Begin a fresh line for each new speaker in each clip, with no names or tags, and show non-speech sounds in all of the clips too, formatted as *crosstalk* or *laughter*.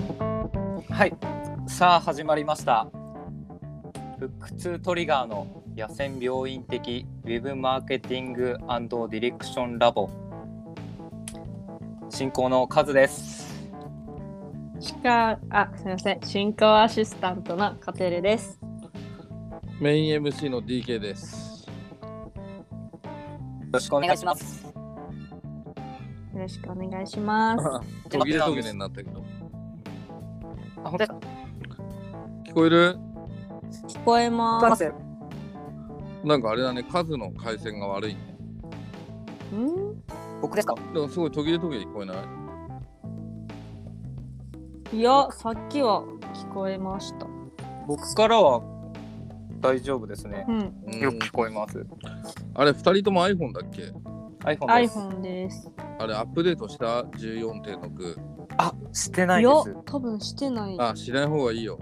はい、さあ始まりました。腹痛トリガーの野戦病院的ウェブマーケティングディレクションラボ進行のカズです。
シカあすみません進行アシスタントのカテルです。
メイン MC の DK
*laughs*
です。
よろしくお願いします。
よろしくお願いします。
*laughs* 途切れ途切れになったけど。
あ、本当ですか。
聞こえる
聞こえま。
ますす。
なんかあれだね、数の回線が悪いね。
ん
僕ですか。
でもすごい途切れ途切れ聞こえない。
いやさっきは聞こえました。
僕からは大丈夫ですね。
うん
うん
よく聞こえます。
あれ、2人とも iPhone だっけ
iPhone です。
iPhone です。
あれ、アップデートした14.6。
あ、してないい
や
です。
多分してない。
あ、しない方がいいよ。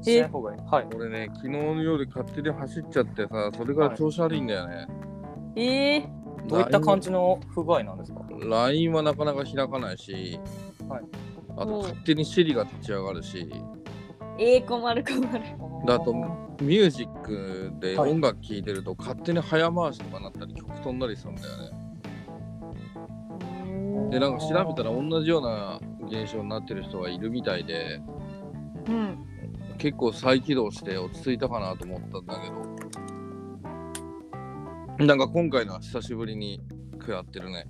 しない方がいい。はい。
俺ね、昨日の夜勝手に走っちゃってさ、それから調子悪いんだよね。
えー、
どういった感じの不具合なんですか。
LINE はなかなか開かないし、
はい
あ
お
と
う
勝手に Siri が立ち上がるし、
えー、困る困る。
だとミュージックで
はい
音楽聴いてると勝手に早回しとかなったり曲飛んだりするんだよね。でなんか調べたら同じような現象になってる人がいるみたいで
うん。
結構再起動して落ち着いたかなと思ったんだけどなんか今回のは久しぶりに食らってるね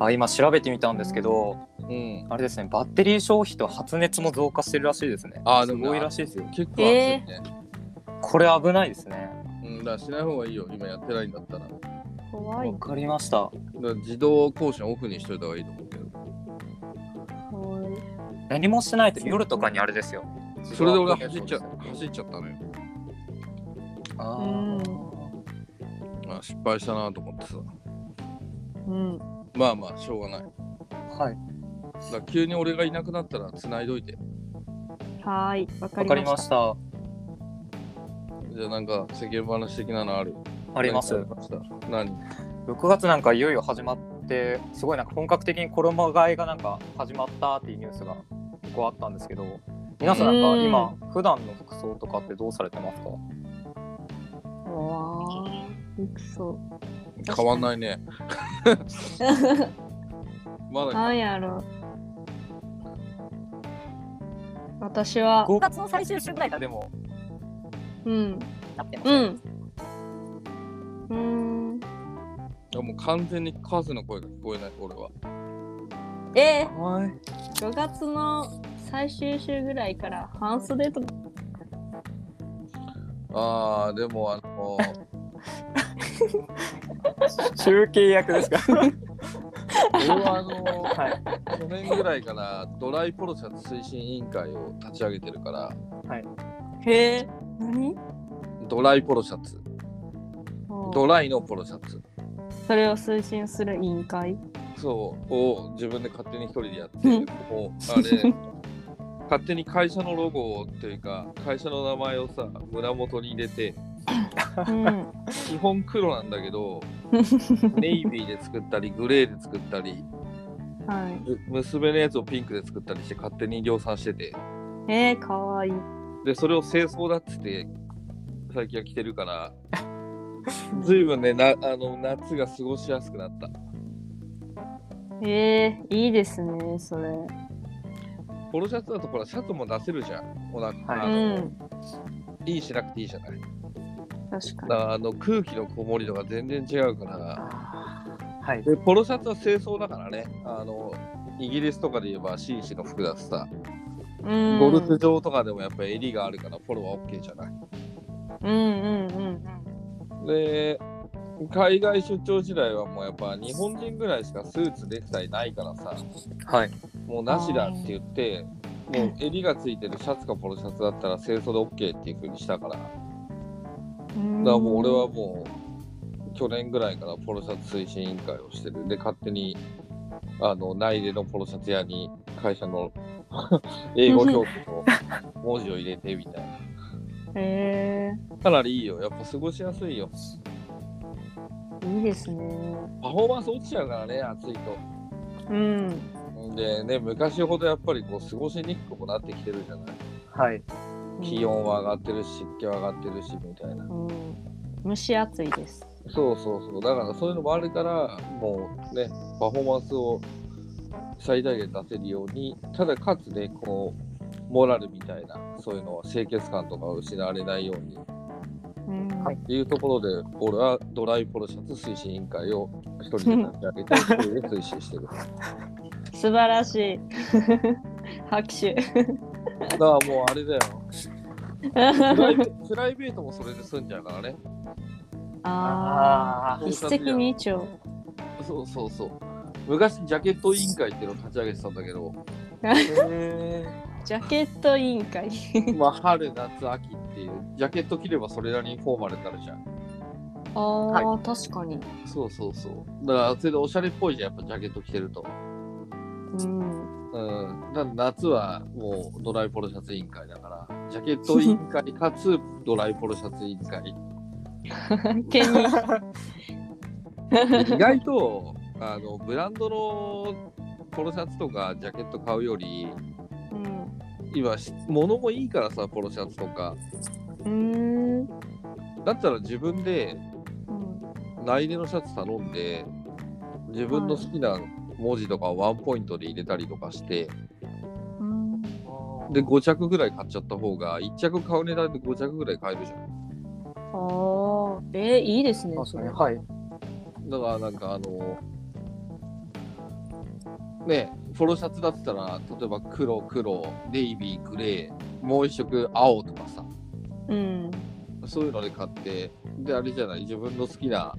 あ、今調べてみたんですけど。
うん
あれですね、バッテリー消費と発熱も増加してるらしいですね。
あー
す
でもね
ごいらしいですよ。
結構暑いね、
これ危ないですね。
うん、だからしない方がいいよ今やってないんだったらだか
怖い
わ。かりました。
ら自動更新オフにしといた方がいいと思うけど
怖い
何もしないと夜とかにあれですよ。
それで俺は走っちゃ走っちゃったのよ
あー
うん
あ失敗したなと思ってさ
うん。
まあまあしょうがない
はい。
だから急に俺がいなくなったら繋いどいて
はーい。わか
わかり
り
ま
ま
し。
した
じゃあなんか世間話的なのある
あります。
何
6月なんかいよいよ始まって、すごいなんか本格的に衣替えがなんか始まったっていうニュースが結構あったんですけど、皆さんなんか今、普段の服装とかってどうされてますか
た。わあ。服装。
変わんないね。まだ
なんやろ。私は。
?5 月の最終週ぐらいだでも
うん。
なってま
う
す、
ん。うーん。
もう完全にカズの声が聞こえない、俺は。
え
うん。はい。
ー、5月の最終週ぐらいから半袖とか。
ああ、でもあの、
中継役です *laughs* か
俺はあの、
はい。
去年ぐらいからドライポロシャツ推進委員会を立ち上げてるから、
へえ。何
ドライポロシャツ、ドライのポロシャツ、
それを推進する委員会
*laughs* そう、を自分で勝手に一人でやって、もう、あれ、勝手に会社のロゴというか、会社の名前をさ、胸元に入れて、
うん。
基本黒なんだけど、ネイビーで作ったり、グレーで作ったり、
は
む娘のやつをピンクで作ったりして勝手に量産してて
い。えー、かわいい。
でそれを清掃だっつって最近は着てるからずいぶんねなあの夏が過ごしやすくなった
えー、いいですね、それ。
ポロシャツだとほらシャツも出せるじゃんお腹、
はい
あ
う
の
ん。
いいしなくていいじゃない
確か
だ
に。
からあの空気のこもりとか全然違うから
はい。
でポロシャツは清掃だからねあのイギリスとかで言えば紳士の服だしさ、
うん。
ゴルフ場とかでもやっぱり襟があるからポロは OK じゃない
うんうんうん
で海外出張時代はもうやっぱ日本人ぐらいしかスーツネクタイないからさ
はい。
もうなしだって言ってもう襟がついてるシャツかポロシャツだったら清掃で OK っていう風にしたからだか
うん。
らもう俺はもう去年ぐらいからポロシャツ推進委員会をしてるで勝手にあの内入れのポロシャツ屋に会社の *laughs* 英語教室の文字を入れてみたいな
え
かなりいいよやっぱ過ごしやすいよ
ー、いいですね。
パフォーマンス落ちちゃうからね暑いと。
うん。
うでね、昔ほどやっぱりこう過ごしにくくもなってきてるじゃない。
はい。
気温は上がってるし、湿気は上がってるしみたいな。
うん、蒸し暑いです。
そうそうそう。だからそういうのもあるから、もうね、パフォーマンスを最大限出せるように、ただかつね、こう、モラルみたいな、そういうのは清潔感とかを失われないようにっ
うん、
はい
ていうところで、俺はドライポロシャツ推進委員会を一人で立ち上げて、一人で推進してる。
素晴らしい。 *laughs* 拍手。
だからもうあれだよ。プライベプライベートもそれで済んじゃうからね。
ああ、
ー
一石二鳥。
そうそうそう。昔、ジャケット委員会っていうのを立ち上げてたんだけど、
ジャケット委員会。
まあ、春、夏、秋っていう、ジャケット着ればそれなりにフォーマルになるじゃん。
ああ、
は
確かに。
そうそうそう。だから、それでおしゃれっぽいじゃん、やっぱジャケット着てると。
うん。
うん。だから夏はもうドライポロシャツ委員会だから、ジャケット委員会かつドライポロシャツ委員会。
ケニー。
意外と、あの、ブランドのポロシャツとかジャケット買うより、
うん
今、し物もいいからさ、ポロシャツとか。
うーん。
だったら自分で
うん
内入りのシャツ頼んで自分の好きな文字とかをワンポイントで入れたりとかして
うん。
で5着ぐらい買っちゃった方が1着買う値段で5着ぐらい買えるじゃん
ああ、えー、いいですね。
確
そ
か
れ
に。はい。
だからなんかあのねえポロシャツだったら例えば黒黒ネイビーグレーもう一色青とかさ
うん。
そういうので買ってであれじゃない自分の好きな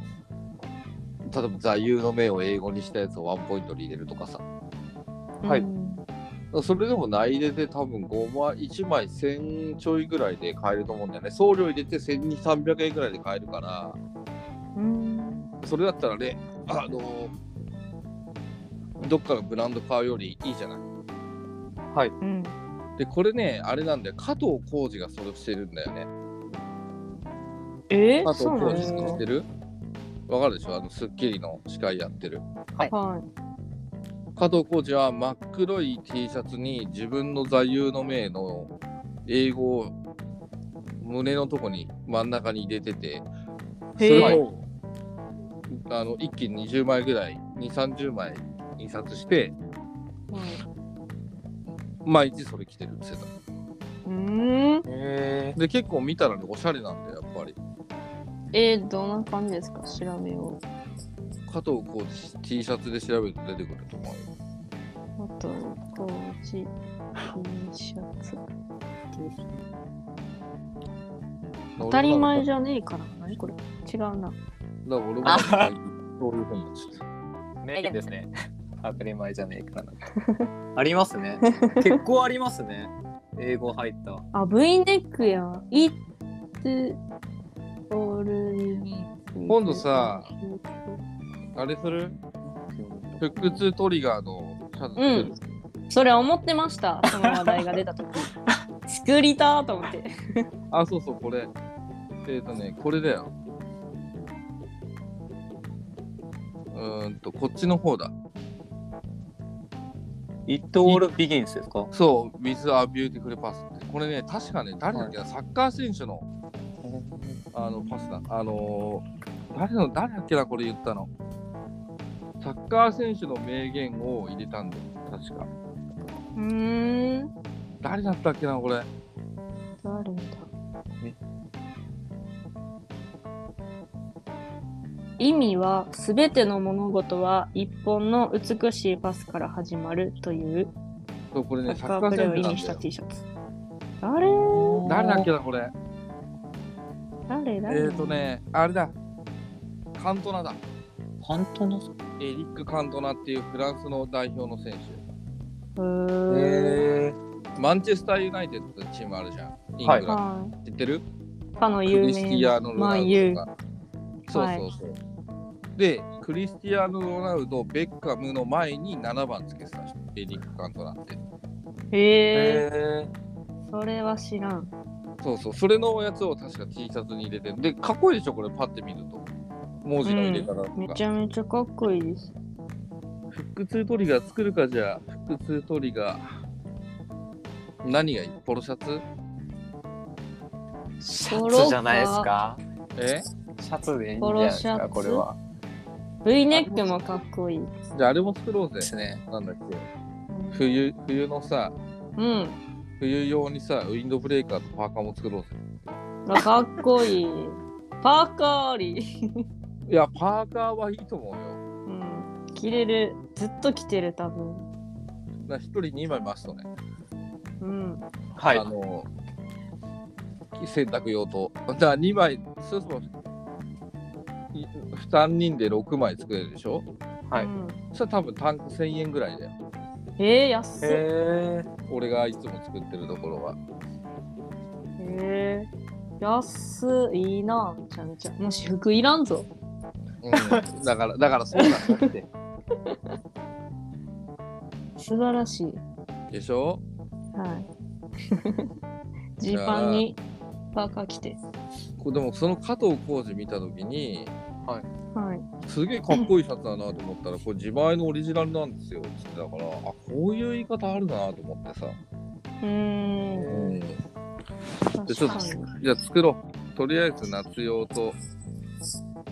例えば座右の銘を英語にしたやつをワンポイントで入れるとかさ
はい
うん
それでも内入れで多分5枚、1枚1000ちょいぐらいで買えると思うんだよね。送料入れて1200、300円ぐらいで買えるから、
うん。
それだったらね、あの、どっかのブランド買うよりいいじゃない。
うん。
で、これね、あれなんだよ、加藤浩二がそれをしてるんだよね。
え
加
ー、
藤
そう
浩
なん
二
で
さ
す
ん知
か
っ。てるわかるでしょあの、スッキリの司会やってる。
は
加藤浩二は真っ黒い T シャツに自分の座右の銘の英語を胸のとこに真ん中に入れてて、そ
へえ
れをあの一気に20枚ぐらい、2、30枚印刷して、
い。はい
毎日それ着てるって言って
うーん。
え
た。で、結構見たらね、おしゃれなんだよ、やっぱり。
えー、どんな感じですか調べよう。
加藤浩二 T シャツで調べると出てくると思うよ。
あと、コーチ、T シャツ。当たり前じ
ゃ
ゃねえから。何これ違うな。
だから俺もなんかそういうふうにちょっと
ー、名言ですね。当たり前じゃねえかな。 *laughs* ありますね。結構ありますね。英語入った。
あ、V ネックやん。It all means
今度さ、あれする腹痛トリガーのシャツ作る、
うんそれ思ってました。その話題が出た時。
*laughs*
作りたーと思って。
あ、そうそう、これ。えっ、ー、とね、これだよ。うーんと、こっちの方だ。
It all begins ですか
そう、With a Beautiful Pass って。これね、確かね、誰だっけな、サッカー選手のあのパスだ。あのー誰の、誰だっけな、これ言ったの。サッカー選手の名言を入れたんだよ、確か。
うーん。
誰だったっけな、これ。
誰だ
ね
意味はすべての物事は一本の美しいパスから始まるという
そう、これ
サ
ね、
ッ
サ
カ
ッカ
ー
ー
プレー
選
を
手
意
なん
味し
だ
た
よ。
T シャツ。誰
誰だっけな、これ。
誰
え
誰
ーと。ね、あれだ。カントナだ。
本当の
エリック・カントナっていうフランスの代表の選手。
うーん
え
マンチェスター・ユナイテッドってチームあるじゃん。イングランド。
は
知ってる
い。かの
ク
有
リステ
名
ィアー
な
ノ・ロ
ま
ナ
あ
ウ
言
ド
う
とか。そうそうそう。で、クリスティアーノ・ロナウド、ベッカムの前に7番つけてた人。エリック・カントナって。
へえ
え
それは知らん。
そうそう。それのやつを確か T シャツに入れてる。で、かっこいいでしょ、これパッて見ると。文字の入れ方とか。
めちゃめちゃかっこいいです。
腹痛トリガー作るかじゃあ腹痛トリガー何がいいポロシャツ
シャツじゃないですか
え
シャツでいいんじゃないです
ポロシャ
か
ツ
これは
V ネックもかっこいい。
じゃああれも作ろう
で
ぜ
すね
なんだっけ冬冬のさ
うん。
冬用にさウィンドブレーカーとパーカーも作ろうぜ
あかっこいい。パーカーリー。
いやパーカーはいいと思うよ
うん。着れる。ずっと着てる、多分。
な1人2枚マストね
うん。
はい
あの洗濯用とだから2枚そうそうい3人で6枚作れるでしょ
はい
うん
それ多分単価1000円ぐらいだよ
えー、安
へ
っ。
え
俺がいつも作ってるところは
えー、安いな、めちゃめちゃ。もう私服いらんぞ。
*laughs*
うんだから、だからそうなんだ
*laughs*
って。
素晴らしい。
でしょ
はい。ジーパンにパーカー着て。
こでもその加藤浩次見たときに、
はい。
すげえかっこいいシャツだなと思ったら、これ自前のオリジナルなんですよって言ってたから、あ、こういう言い方あるなと思ってさ。
うーん。
うん。じでちょ
確
っ
か
と
に。
ゃあ作ろう。とりあえず夏用と、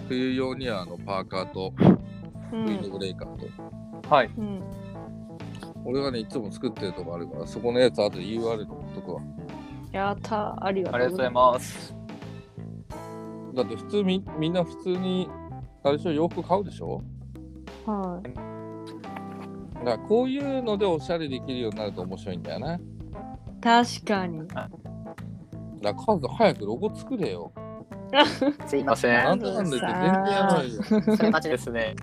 冬用にはあのパーカーと、
う
ウィンド
ん。
ブレーカーと。
はい
うん、
俺がね、いつも作ってるとこあるから、そこのやつ後で URL 送っとくわ。
やったー、ありが
あ
と
りがとうご
うござ
ざ
い
い
ま
ます
だって普通み、みんな普通に、あれでしょ、洋服買うでしょ
す。は
だからこういうのでおしゃれできるようになると面白いんだよな。
い。確かに。
だからカズ早くロゴ作れよ。
すいませ
なん
ん
だかんだ言って全然やばいよ。
それマジですね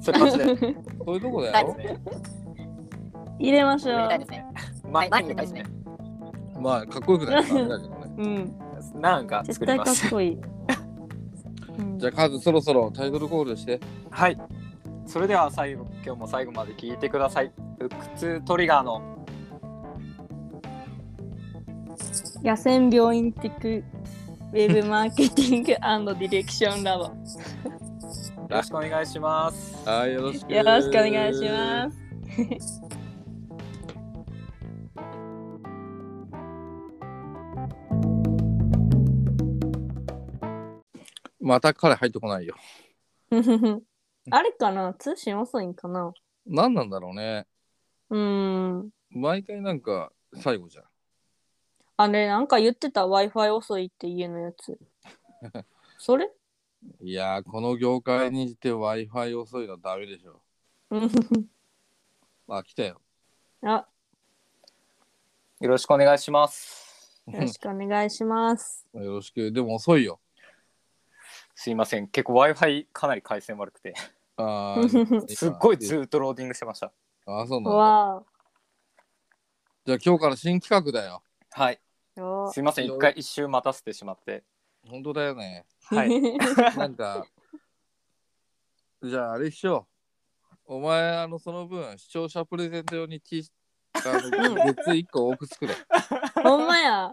それマジで
そういうとこだよ。
入れましょう。
前
前に
に
出たいですね
まあかっこよくないとダメだけどね。
うん。
なんか
絶
作り
対か
ま
っ
す
こいい。うん
じゃあカズそろそろタイトルコールして。
はい。それでは最後今日も最後まで聞いてください。腹痛トリガーの
野戦病院的ウェブマーケティングディレクションラボ。よ
よろしくお願いします。
はい、よろしく。
ろしくお願いします。
また彼入ってこないよ。
あれかな通信遅いんかな
何なんだろうね。
うーん。
毎回なんか最後じゃん。
あれ、なんか言ってた Wi-Fi 遅いって家のやつ。それ
いやー、この業界にして Wi-Fi 遅いのダメでし
*laughs*
ょ。
うん
あ、来たよ。
あ、
よろしくお願いします。
よろしくお願いします。
*laughs* よろしく。でも遅いよ。
すいません。結構 Wi-Fi かなり回線悪くて、
あ
*laughs*
ー
すっごいずーっとローディングしてました。
あ、そうなんだ。
わ
じゃあ今日から新企画だよ。
はい。
あ。よ
すいません。一回一周待たせてしま
*laughs*
って。
本当だよね。
はい。
なんか、じゃああれしよう。お前、あの、その分、視聴者プレゼント用に T シャツ、別1個多く作れ。
ほんまや。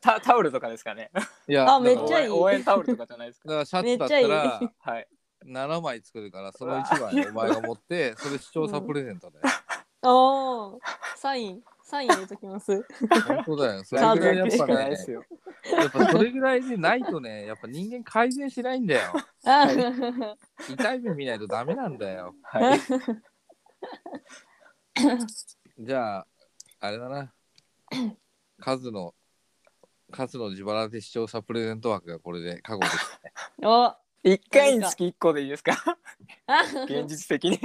タタオルとかですかね。
いや、
あめっちゃいい
応援応援タオルとかじゃないです
だ
*laughs*
か。
からシャ
め
ツ
っ
だっ
ちゃい
た
い
ら
はい。
7枚作るから、その1枚お前が持って、それ視聴者プレゼントだよ。
おー。サイン、サイン入れときます。
本当だよ。それ
カー
ぐ
ド
らいやっ
し
ぱ
かない
ね
で、すよ。
やっぱそれぐらいでないとね、やっぱ人間改善しないんだよ。
あ
痛い目見ないとダメなんだよ。
はい。
じゃあ、あれだな。カズの、カズの自腹で視聴者プレゼント枠がこれで確保できた。
お。
一回につき一個でいいですか。
あ
現実的に。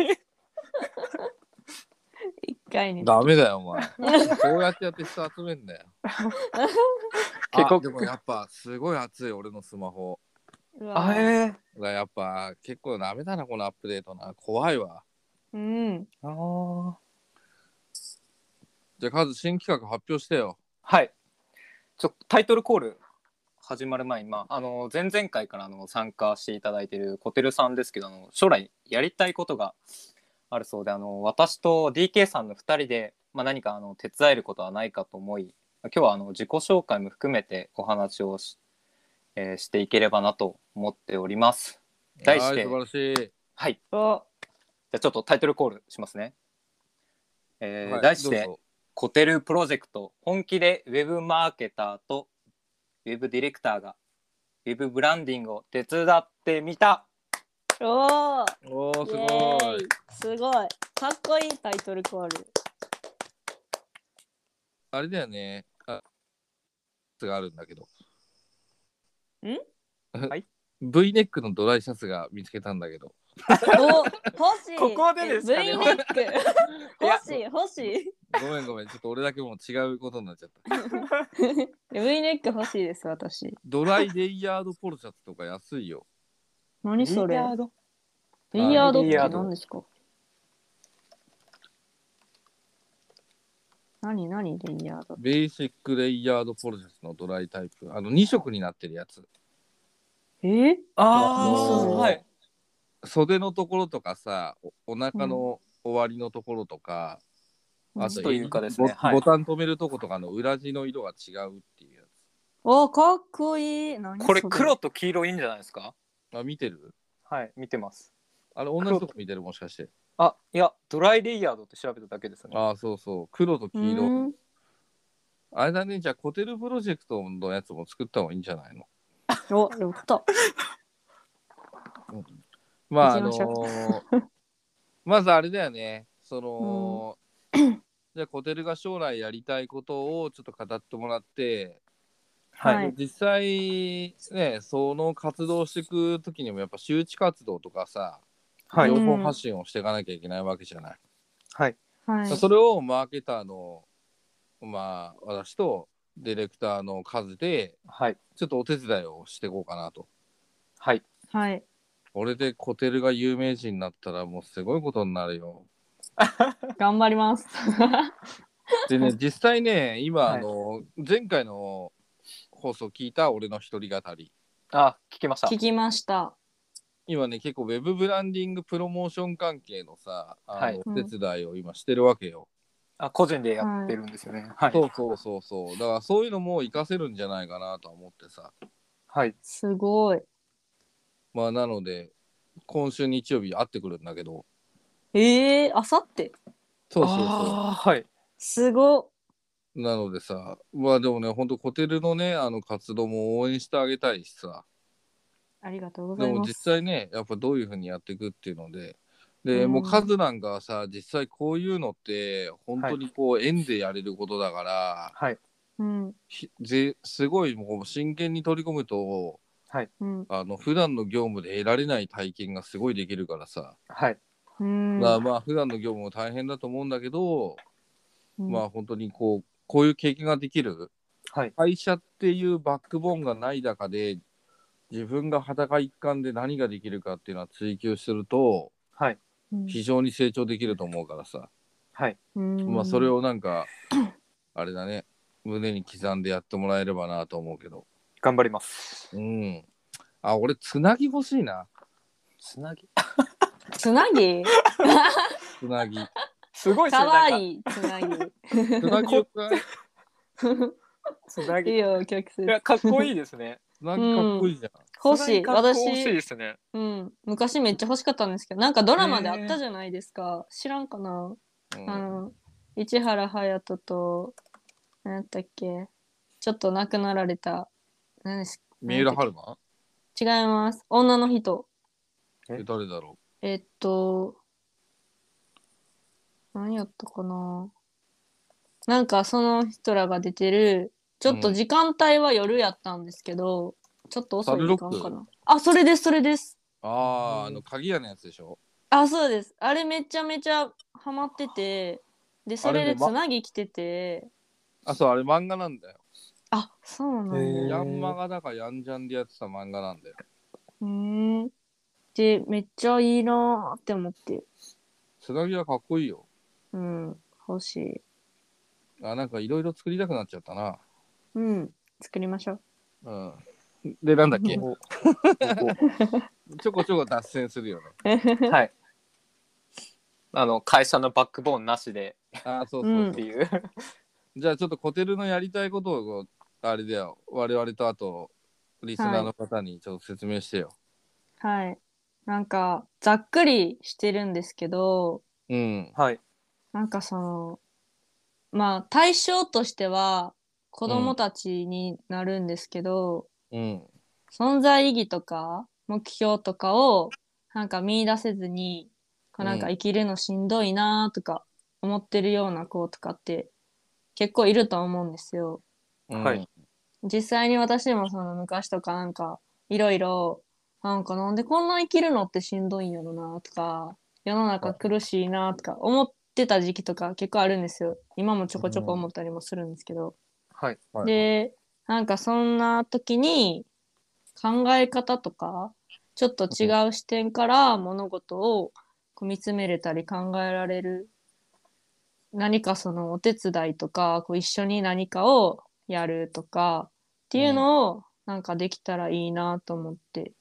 一回に。
ダメだよ、お前。こうやってやって人集めんだよ。
結構
あでもやっぱすごい熱い、俺のスマホ。
うわ
あえ
だからやっぱ結構ダメだな、このアップデートな。怖いわ。
うん。
ー。ああ。
じゃあ、カズ、新企画発表してよ。
はい。ちょタイトルコール始まる前に、まあ、あの前々回からあの参加していただいているコテルさんですけどあの将来やりたいことがあるそうであの私と DK さんの2人で、まあ、何かあの手伝えることはないかと思い今日はあの自己紹介も含めてお話をし,、えーしていければなと思っております。題して
はい素晴らしい。
はい
お。
ゃあちょっとタイトルコールしますね。えー
はい
題し
どう
て
ぞ
「コテルプロジェクト本気でウェブマーケターとウェブディレクターがウェブブランディングを手伝ってみた
おお
おーす
イ
ご
エー
い
イすごいかっこいいタイトルコール
あれだよねあがあるんだけど *laughs* ん
はい
V ネックのドライシャツが見つけたんだけど
お欲しい
ここでですかね
V ネッ *laughs* ク
いや
欲しい欲しい
ごめんごめんちょっと俺だけもう違うことになっちゃった
V ネック欲しいです私
ドライレイヤードポロシャツとか安いよ
何それ
ビリヤード
レイヤードっ
レイ
て
ヤード
何ですか何何レイヤード
ベーシックレイヤードポロシャツのドライタイプあの2色になってるやつ
えー、
あ
あ
ー
のー
はい
袖のところとかさおお腹の終わりのところとか、あ
ちょ
と
っというかです
ボ
ねはい
ボタン止めるとことかの裏地の色が違うっていうや
おかっこいい何
これ
そ
黒と黄色いいんじゃないですか
つあ見てる
はい見てます
あれ同じとこ見てるもしかして
あいやドライレイヤードって調べただけですね
ああそうそう黒と黄
う
色
ん
あれだねじゃあコテルプロジェクトのやつも作った方がいいんじゃないの
おやった
まああ
行きま
の
しょ
ー *laughs* まずあれだよねその、 *clears throat* じゃあコテルが将来やりたいことをちょっと語ってもらって
は
はいい
実際ねその活動していく時にもやっぱ周知活動とかさ
はい
情
うん
報発信をしていかなきゃいけないわけじゃない、
はい
はい
それをマーケターのまあ私とディレクターの数で
はい
ちょっとお手伝いをしていこうかなと
はい
はい
俺でコテルが有名人になったらもうすごいことになるよ
頑張ります
*laughs*
でね実際ね今、
はい
あの前回の放送聞いた俺の一人語り
あ聞きました
聞きました
今ね結構ウェブブランディングプロモーション関係のさあ
は
の、
い
お手伝いを今してるわけよ、
あ個人でやってるんですよねはい
そうそうそうそうだからそういうのも活かせるんじゃないかなとは思ってさ
はい
すごい
まあなので今週日曜日会ってくるんだけど
ええー、あさって
そうそうそ
あーはい
すごっ
うなのでさまあでもねほんとコテルのねあの活動も応援してあげたいしさ
ありがとうご
で
ざい
も
ます
実際ねやっぱどういうふうにやっていくっていうのでで、
うん
もうカズなんかはさ実際こういうのって本当にこう縁でやれることだから、
はい
うん
ひぜすごいもう真剣に取り込むと
うん
あの普段の業務で得られない体験がすごいできるからさ、
はい
うん
まあまあ普段の業務も大変だと思うんだけど、
うん
まあ本当にこうこういう経験ができる
はい
会社っていうバックボーンがない中で自分が裸一貫で何ができるかっていうのは追求すると
はい
うん
非常に成長できると思うからさ、
はい
うん
まあそれをなんかあれだね胸に刻んでやってもらえればなと思うけど
頑張ります
うんあ俺つなぎ欲しいな
つなぎ
つな
*laughs*
ぎ
つなぎ
すごい
かわ
い
いいつなぎ
つなぎよくない
つなぎ
いい
い
よ客数
やかっこいいですね
つなぎかっこいいじゃん、
*laughs* 欲しい
つなぎかっこ欲しい
私、
ですね
うん、昔めっちゃ欲しかったんですけどなんかドラマであったじゃないですか、知らんかな、
うん
あの市原隼人と何やったっけちょっと亡くなられた何です
三浦春馬
違います女の人
え
え誰だろ
えっと、何やったかな。なんかその人らが出てる、ちょっと時間帯は夜やったんですけど、ちょっと遅い時間
サ
か
ルロ
な。あ、それです、それです。
うあ
う
あ、
ん
あの鍵屋のやつでしょ
あ、そうです。あれめちゃめちゃハマってて、で、それ
あれ
で
ねま
つなぎ来てて、
あそうあれ漫画なんだよ
あ、そうな
へ
ん
ー
だ。
ヤンマガだかヤンジャンでやってた漫画なんだよ
うーん。で、めっちゃいいなーって思って。
つなぎはかっこいいよ
うん、欲しい。
あなんかいろいろ作りたくなっちゃったな
うん、作りましょう。
うんでなんだっけ
*laughs*
お
ちょこちょこ脱線するよね
はいあの会社のバックボーンなしで
ああそうそう、
うん
っていう
じゃあちょっとコテルのやりたいことをこうあれだよ我々とあとリスナーの方にちょっと説明してよ、
はい。なんかざっくりしてるんですけど
うん。
はい。
なんかそのまあ対象としては子供たちになるんですけど、
うん。
存在意義とか目標とかをなんか見出せずにこうなんか
うん
生きるのしんどいなとか思ってるような子とかって結構いると思うんですよ。
はい。
実際に私もその昔とかなんかいろいろなんかなんでこんな生きるのってしんどいんやろなとか世の中苦しいなとか思ってた時期とか結構あるんですよ。今もちょこちょこ思ったりもするんですけど。
はい。
はい
でなんかそんな時に考え方とかちょっと違う視点から物事をこう見つめれたり考えられる何かそのお手伝いとかこう一緒に何かをやるとかっていうのをなんかできたらいいなと思って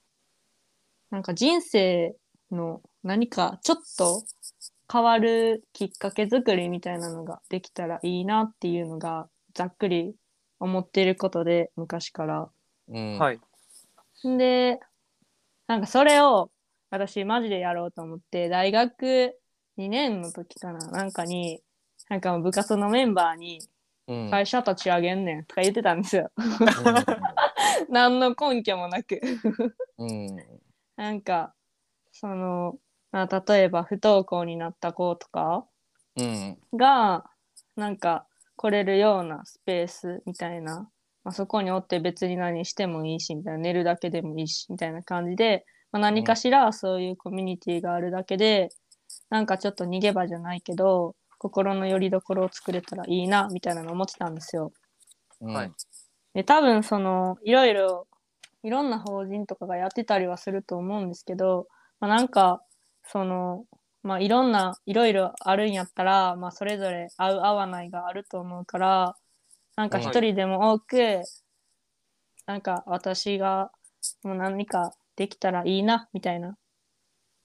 なんか人生の何かちょっと変わるきっかけ作りみたいなのができたらいいなっていうのがざっくり思ってることで昔から。
うん。。
はいい。
んでなんかそれを私マジでやろうと思って大学2年の時かななんかになんか部活のメンバーに
うん。
会社立ち上げんねんとか言ってたんですよ。 *laughs* 何の根拠もなく。 *laughs*
うん。
なんかその、まあ、例えば不登校になった子とか
うん。
がなんか来れるようなスペースみたいな、まあ、そこにおって別に何してもいいしみたいな寝るだけでもいいしみたいな感じで、まあ、何かしらそういうコミュニティがあるだけで、なんかちょっと逃げ場じゃないけど心の拠り所を作れたらいいなみたいなの思ってたんですよ。
うん
はい。
で多分そのいろいろいろんな法人とかがやってたりはすると思うんですけど、まあ、なんかそのまあいろんないろいろあるんやったら、まあ、それぞれ合う合わないがあると思うからなんか
はい
一人でも多く、なんか私がもう何かできたらいいなみたいな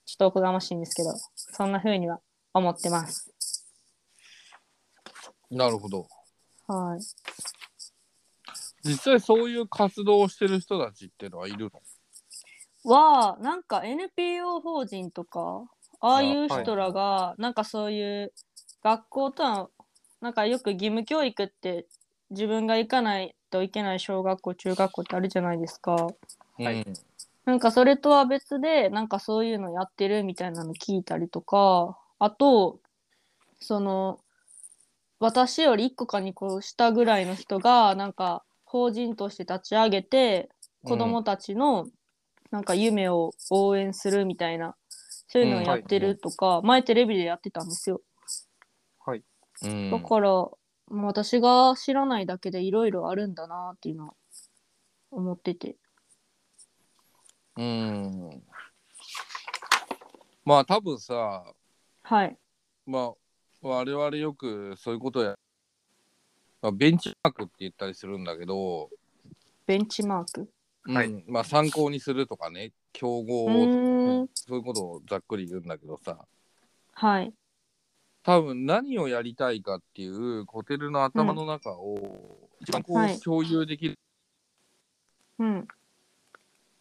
ちょっとおこがましいんですけどそんな風には思ってます。
なるほど。
はい、
実際そういう活動をしてる人たちっていうのはいるの
はなんか NPO 法人とかああいう人らが、なんかそういう学校とはなんかよく義務教育って自分が行かないといけない小学校中学校ってあるじゃないですか
はい
うん
なんかそれとは別でなんかそういうのやってるみたいなの聞いたりとかあとその私より1個か2個下ぐらいの人がなんか法人として立ち上げて子供たちのなんか夢を応援するみたいな、そういうのをやってるとか、前テレビでやってたんですよ。
うん
だから、もう私が知らないだけでいろいろあるんだなっていうのは思ってて。
うん。まあ多分さ、
はい。
まあ我々よくそういうことや、まあ、ベンチマークって言ったりするんだけど、
ベンチマーク。
は
う
い
んまあ参考にするとかね、競
う
合を、
ーん。
そういうことをざっくり言うんだけどさ、
はい。
多分何をやりたいかっていうコテルの頭の中を一番こ
は
う
い
共有できる、
うん。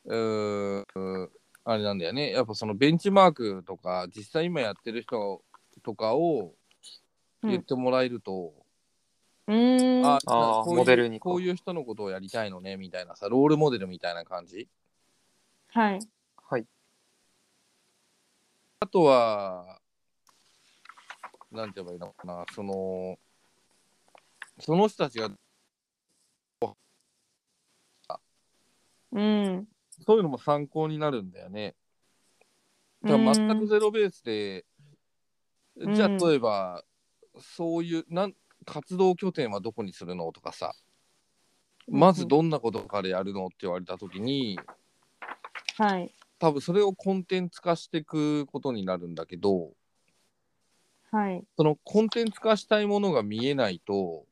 うーんあれなんだよねやっぱそのベンチマークとか実際今やってる人とかを
うん
言ってもらえると、
うーん。
あ
あー
こういう
モデルにこう
こういう人のことをやりたいのねみたいなさロールモデルみたいな感じ
はい。
はい。
あとはなんて言えばいいのかなそのその人たちが
うん。
そういうのも参考になるんだよね。だから全くゼロベースで、
うん
じゃあ
うん
例えば、そういうなん活動拠点はどこにするのとかさ
うん
まずどんなことからやるのって言われた時に
はい。
多分それをコンテンツ化していくことになるんだけど
はい。
そのコンテンツ化したいものが見えないと、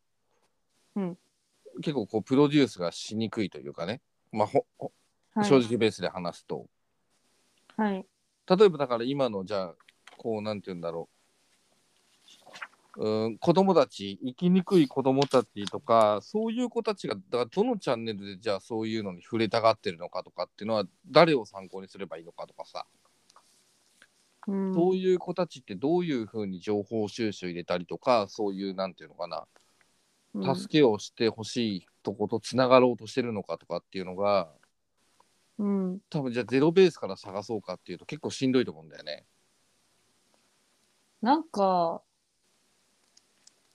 うん
結構こうプロデュースがしにくいというかね、まあ、ほほ
はい。
正直ベースで話すと。
はい。
例えばだから今のじゃあこうなんて言うんだろううん子供たち生きにくい子供たちとかそういう子たちがだからどのチャンネルでじゃあそういうのに触れたがってるのかとかっていうのは誰を参考にすればいいのかとかさ
うん
そういう子たちってどういうふうに情報収集入れたりとかそういうなんていうのかな
うん
助けをしてほしいとことつながろうとしてるのかとかっていうのが
うん、
多分じゃあゼロベースから探そうかっていうと結構しんどいと思うんだよね。
なんか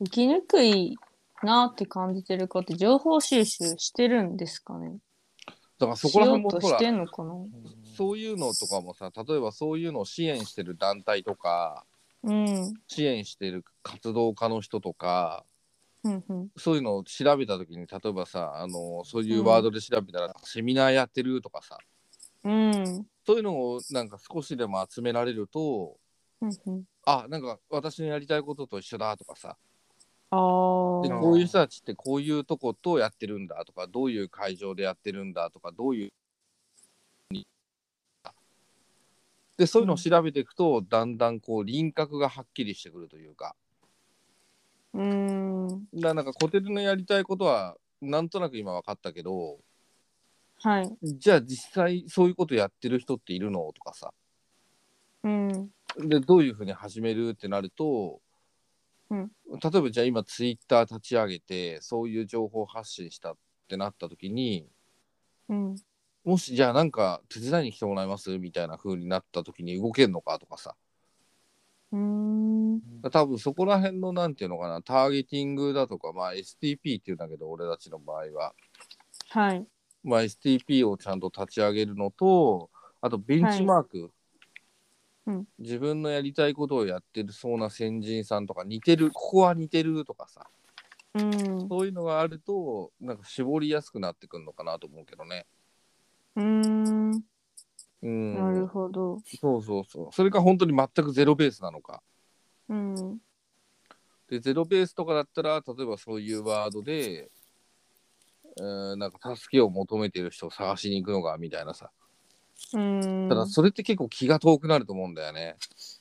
生きにくいなって感じてる子って情報収集してるんですかね
だからそこら辺も
しようと
ほら
してんのかな
そういうのとかもさ例えばそういうのを支援してる団体とか
うん
支援してる活動家の人とか
うんうん
そういうのを調べた時に例えばさあのそういうワードで調べたら、セミナーやってるとかさ
うん
そういうのをなんか少しでも集められると
うんうん
あなんか私のやりたいことと一緒だとかさ
あ
で
ー
こういう人たちってこういうとことやってるんだとかどういう会場でやってるんだとかどういうでそういうのを調べていくと、だんだんこう輪郭がはっきりしてくるというか
うん
だからなんか小手のやりたいことはなんとなく今分かったけど
はい
じゃあ実際そういうことやってる人っているのとかさ
うん
でどういうふうに始めるってなると、
うん
例えばじゃあ今ツイッター立ち上げてそういう情報発信したってなった時に
うん
もしじゃあなんか手伝いに来てもらいますみたいな風になった時に動けるのかとかさ
うん
多分そこら辺のなんていうのかなターゲティングだとか、まあ、STP っていうんだけど俺たちの場合は、
はい
まあ、STP をちゃんと立ち上げるのとあとベンチマーク、
うん
自分のやりたいことをやってるそうな先人さんとか似てるここは似てるとかさ
うん
そういうのがあると、なんか絞りやすくなってくるのかなと思うけどね。
うん
う
なる
ん。
ほど
そうそうそう。それか本当に全くゼロベースなのか。
うん
で、ゼロベースとかだったら、例えばそういうワードで、うん、なんか助けを求めてる人を探しに行くのが、みたいなさ。
うん
ただ、それって結構気が遠くなると思うんだよね。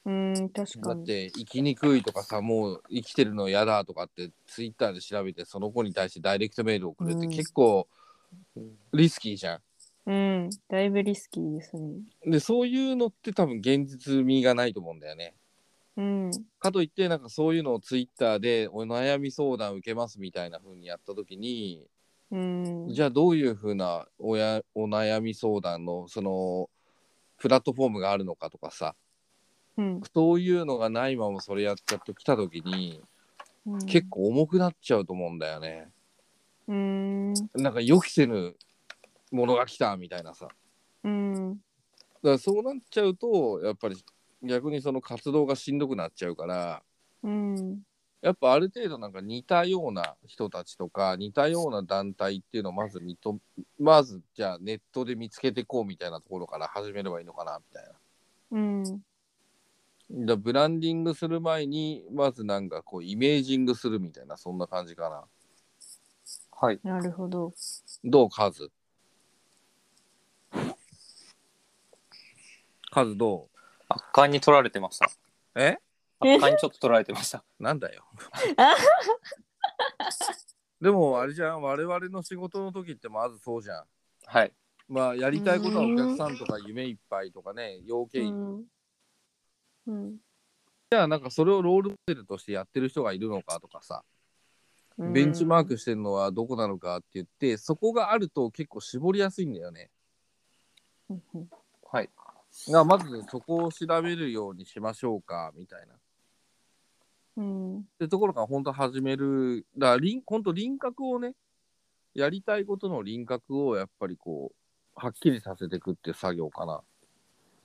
うん確
だ
か
っ
に
て、生きにくいとかさ、もう生きてるの嫌だとかって、ツイッターで調べて、その子に対してダイレクトメールを送るっ
う
て
ん
結構リスキーじゃん。
うんだいぶリスキーですね
でそういうのって多分現実味がないと思うんだよね。
うん
かといってなんかそういうのをツイッターでお悩み相談受けますみたいな風にやった時に
うん
じゃあどういう風なおやお悩み相談のそのプラットフォームがあるのかとかさ
うん
そういうのがないままそれやっちゃってきた時に
うん
結構重くなっちゃうと思うんだよね。
うん
なんか予期せぬものが来たみたいなさ。
うん
だからそうなっちゃうとやっぱり逆にその活動がしんどくなっちゃうから。
うん
やっぱある程度なんか似たような人たちとか似たような団体っていうのをまず見とまずじゃあネットで見つけてこうみたいなところから始めればいいのかなみたいな。
うん
だからブランディングする前にまずなんかこうイメージングするみたいなそんな感じかな。
はい。
なるほど
どうカズカズどう
圧巻に取られてました。
え
圧巻にちょっと取られてました。
な
*laughs*
んだよ。でもあれじゃん我々の仕事の時ってまずそうじゃん。
はい。
まあやりたいことはお客さんとか夢いっぱいとかね、要
う
件いっぱい
んうん
じゃあなんかそれをロールモデルとしてやってる人がいるのかとかさ、
うん
ベンチマークしてるのはどこなのかって言って、そこがあると結構絞りやすいんだよね。
うんうん
はい。
だからまずそこを調べるようにしましょうかみたいな。っ
うん
てところから本当始める。だから輪本当輪郭をね、やりたいことの輪郭をやっぱりこう、はっきりさせていくっていう作業かな。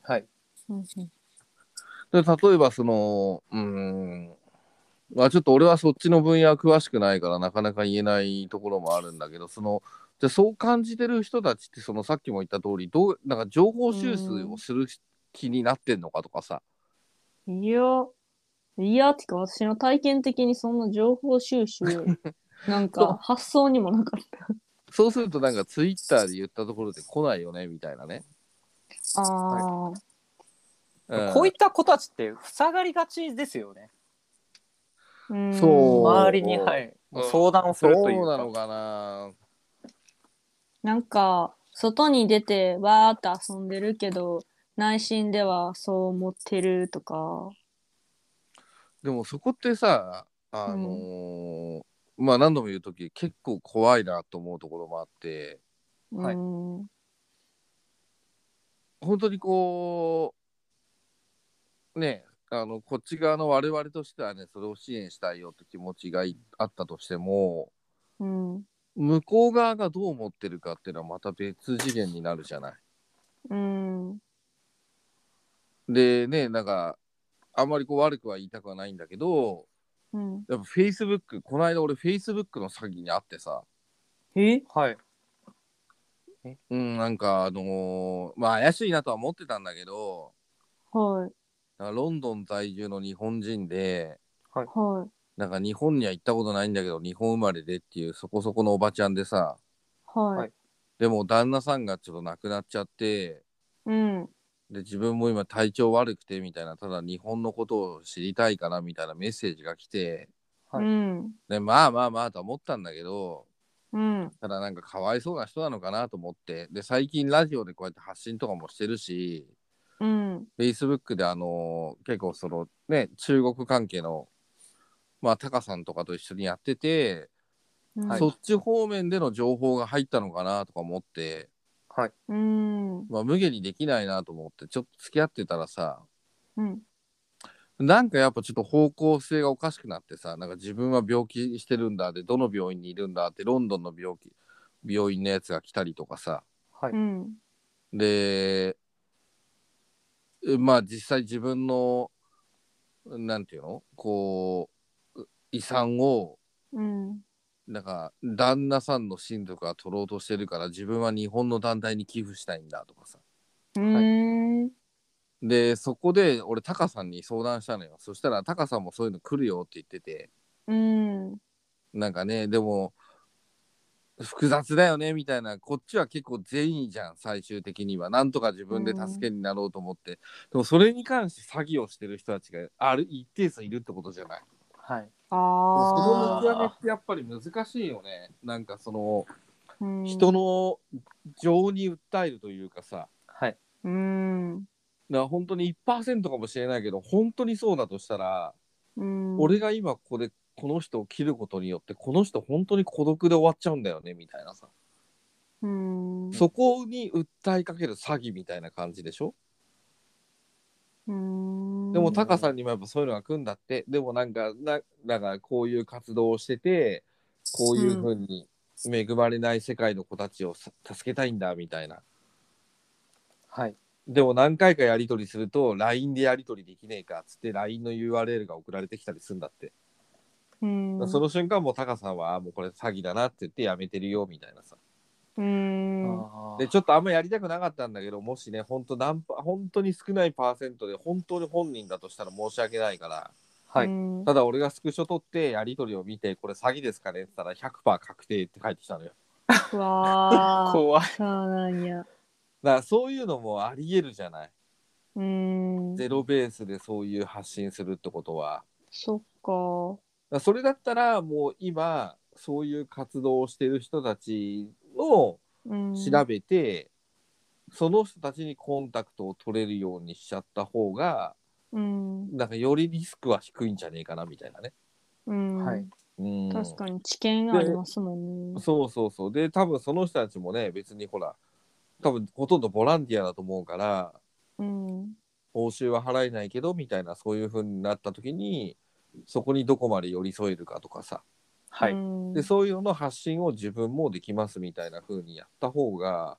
はい。
うん
で例えばそのうーんまあちょっと俺はそっちの分野詳しくないからなかなか言えないところもあるんだけどそのじゃあそう感じてる人たちってそのさっきも言った通りどうなんか情報収集をする気になってんのかとかさ、
いやいやってか私の体験的にそんな情報収集なん
そう
か発想にもなかっ
そうするとなんかツイッターで言ったところで来ないよねみたいなね。
たああ
うん
こういった子たちって塞がりがちですよね。
うん
そう
周りに、はい。
うん
相談をす
そ
るという
うな
か。
のかな
なんか外に出てわーっと遊んでるけど内心ではそう思ってるとか。
でもそこってさあのーまあ何度も言う時結構怖いなと思うところもあって
はい
うん
本当にこうねあのこっち側の我々としてはねそれを支援したいよって気持ちがいあったとしても
うん
向こう側がどう思ってるかっていうのはまた別次元になるじゃない。
うん
でねなんかあんまりこう悪くは言いたくはないんだけど
うん、
やっぱフェイスブックこの間俺フェイスブックの詐欺にあってさ
え
はい。
うんなんかあのーまあ怪しいなとは思ってたんだけど
はい
なんかロンドン在住の日本人で
はい
なんか日本には行ったことないんだけど日本生まれでっていうそこそこのおばちゃんでさ
はい、
はい
でも旦那さんがちょっと亡くなっちゃって
うん
で自分も今体調悪くてみたいなただ日本のことを知りたいからみたいなメッセージが来て
はい
うん
でまあまあまあとは思ったんだけど
うん
ただなんかかわいそうな人なのかなと思ってで最近ラジオでこうやって発信とかもしてるし
うん
Facebook であのー結構そのね中国関係のまあタカさんとかと一緒にやってて、
うん
はい
そっち方面での情報が入ったのかなとか思って、
はい。
うんうん
まあ、無限にできないなと思ってちょっと付き合ってたらさ
うん。
なんかやっぱちょっと方向性がおかしくなってさなんか自分は病気してるんだでどの病院にいるんだってロンドンの病気病院のやつが来たりとかさ
はいう
ん
でえまあ実際自分のなんていうのこう遺産を
うん
なんか旦那さんの親族が取ろうとしてるから自分は日本の団体に寄付したいんだとかさ
うん
でそこで俺タカさんに相談したのよそしたらタカさんもそういうの来るよって言ってて
うん
なんかねでも複雑だよねみたいなこっちは結構善意じゃん最終的にはなんとか自分で助けになろうと思って、でもそれに関して詐欺をしてる人たちがある一定数いるってことじゃない
はい。
そ
あ
の
あ
見極めってやっぱり難しいよねなんかその
うん
人の情に訴えるというかさ
はい。
うん
だから本当に1%かもしれないけど本当にそうだとしたら、
うん
俺が今ここでこの人を切ることによってこの人本当に孤独で終わっちゃうんだよねみたいなさ
うん
そこに訴えかける詐欺みたいな感じでしょ、
うん
でもタカさんにもやっぱそういうのが来るんだってでもなんかななんかこういう活動をしててこういうふうに恵まれない世界の子たちをさ助けたいんだみたいな
はい。
でも何回かやり取りすると LINE でやり取りできねえかっつって LINE の URL が送られてきたりするんだって、
うん
その瞬間もうタカさんはあもうこれ詐欺だなって言ってやめてるよみたいなさ
うん
あ
でちょっとあんまやりたくなかったんだけどもしね本当何パ本当に少ないパーセントで本当に本人だとしたら申し訳ないから
あ。は
う
い。
ん
ただ俺がスクショ撮ってやり取りを見てこれ詐欺ですかねって言ったら100%確定って返ってきたのよ
うわあ
怖い。
そうなんや
だからそういうのもありえるじゃない
うん
ゼロベースでそういう発信するってことは
そっか
だからそれだったらもう今そういう活動をしてる人たちの
うん
調べて、その人たちにコンタクトを取れるようにしちゃった方が
うん
なんかよりリスクは低いんじゃねえかなみたいなね。
うん
はい
うん、
確かに知見がありますもんね。
そうそうそう。で、多分その人たちもね、別にほら、多分ほとんどボランティアだと思うから、
うん。
報酬は払えないけどみたいな、そういう風になった時に、そこにどこまで寄り添えるかとかさ。
は
う
い。
ん
で、そういうのの発信を自分もできますみたいな風にやった方が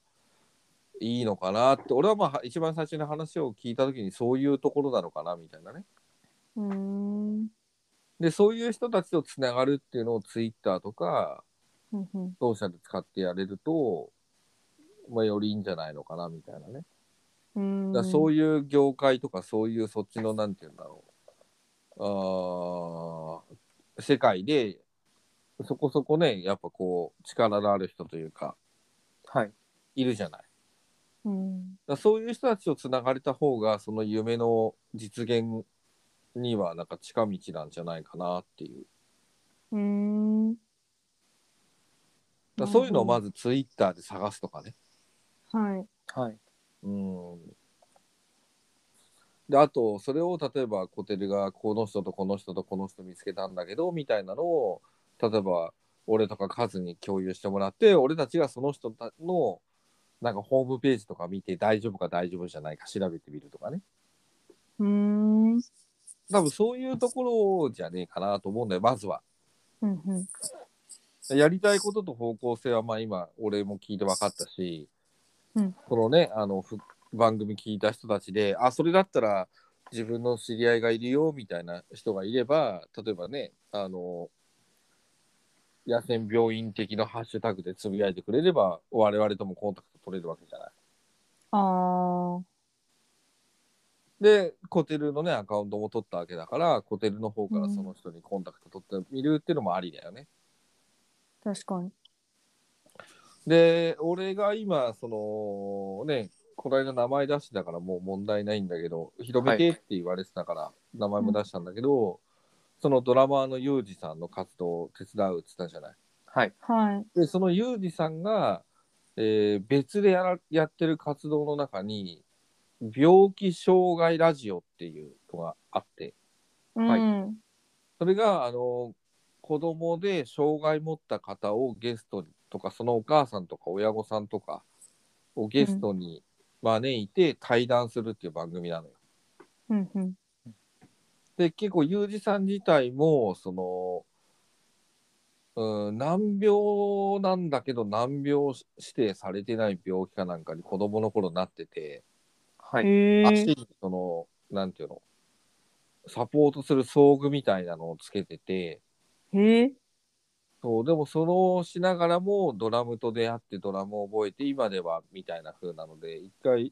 いいのかなって、俺はまあ一番最初に話を聞いた時にそういうところなのかなみたいなね。
うん。うん
で、そういう人たちとつながるっていうのをツイッターとか、
うん
当社で使ってやれると、まあ、よりいいんじゃないのかなみたいなね。
うん
だからそういう業界とかそういうそっちのなんて言うんだろう。あー世界でそこそこねやっぱこう力のある人というか
はい。
いるじゃない。だか
うん。
らそういう人たちとつながれた方がその夢の実現にはなんか近道なんじゃないかなっていう。
うん。
だからそういうのをま
ず。
ずツイッターで探すとかね。
はい。
はい。
うん。であとそれを例えばコテルがこの人とこの人とこの人見つけたんだけどみたいなのを例えば俺とかカズに共有してもらって俺たちがその人たのなんかホームページとか見て大丈夫か大丈夫じゃないか調べてみるとかね
うーん。うん
多分そういうところじゃねえかなと思うんだよまずは。
うん。
やりたいことと方向性はまあ今俺も聞いて分かったし、
うん
このねあのふ番組聞いた人たちであそれだったら自分の知り合いがいるよみたいな人がいれば例えばねあの野戦病院的なハッシュタグでつぶやいてくれれば我々ともコンタクト取れるわけじゃない。
ああ。
でコテルのねアカウントも取ったわけだからコテルの方からその人にコンタクト取ってみるっていうのもありだよね。
確かに。
で、俺が今、そのね、この間名前出してたからもう問題ないんだけど、広めてって言われてたから、名前も出したんだけど、そのドラマーのユージさんの活動を手伝うって言ったじゃない。
はい。
はい。
で、そのユージさんが、えー別でやらやってる活動の中に、病気障害ラジオっていうのがあって、
うん。
はい
それがあの子供で障害持った方をゲストにとかそのお母さんとか親御さんとかをゲストに招いて対談するっていう番組なのよ。
うんうん。
で結構ユージさん自体もそのうん難病なんだけど難病指定されてない病気かなんかに子供の頃なってて
はい。
へ
足
え。
にそのなんていうのサポートする装具みたいなのをつけてて。
へえ。
そう、でもそのしながらもドラムと出会ってドラムを覚えて今ではみたいな風なので、一回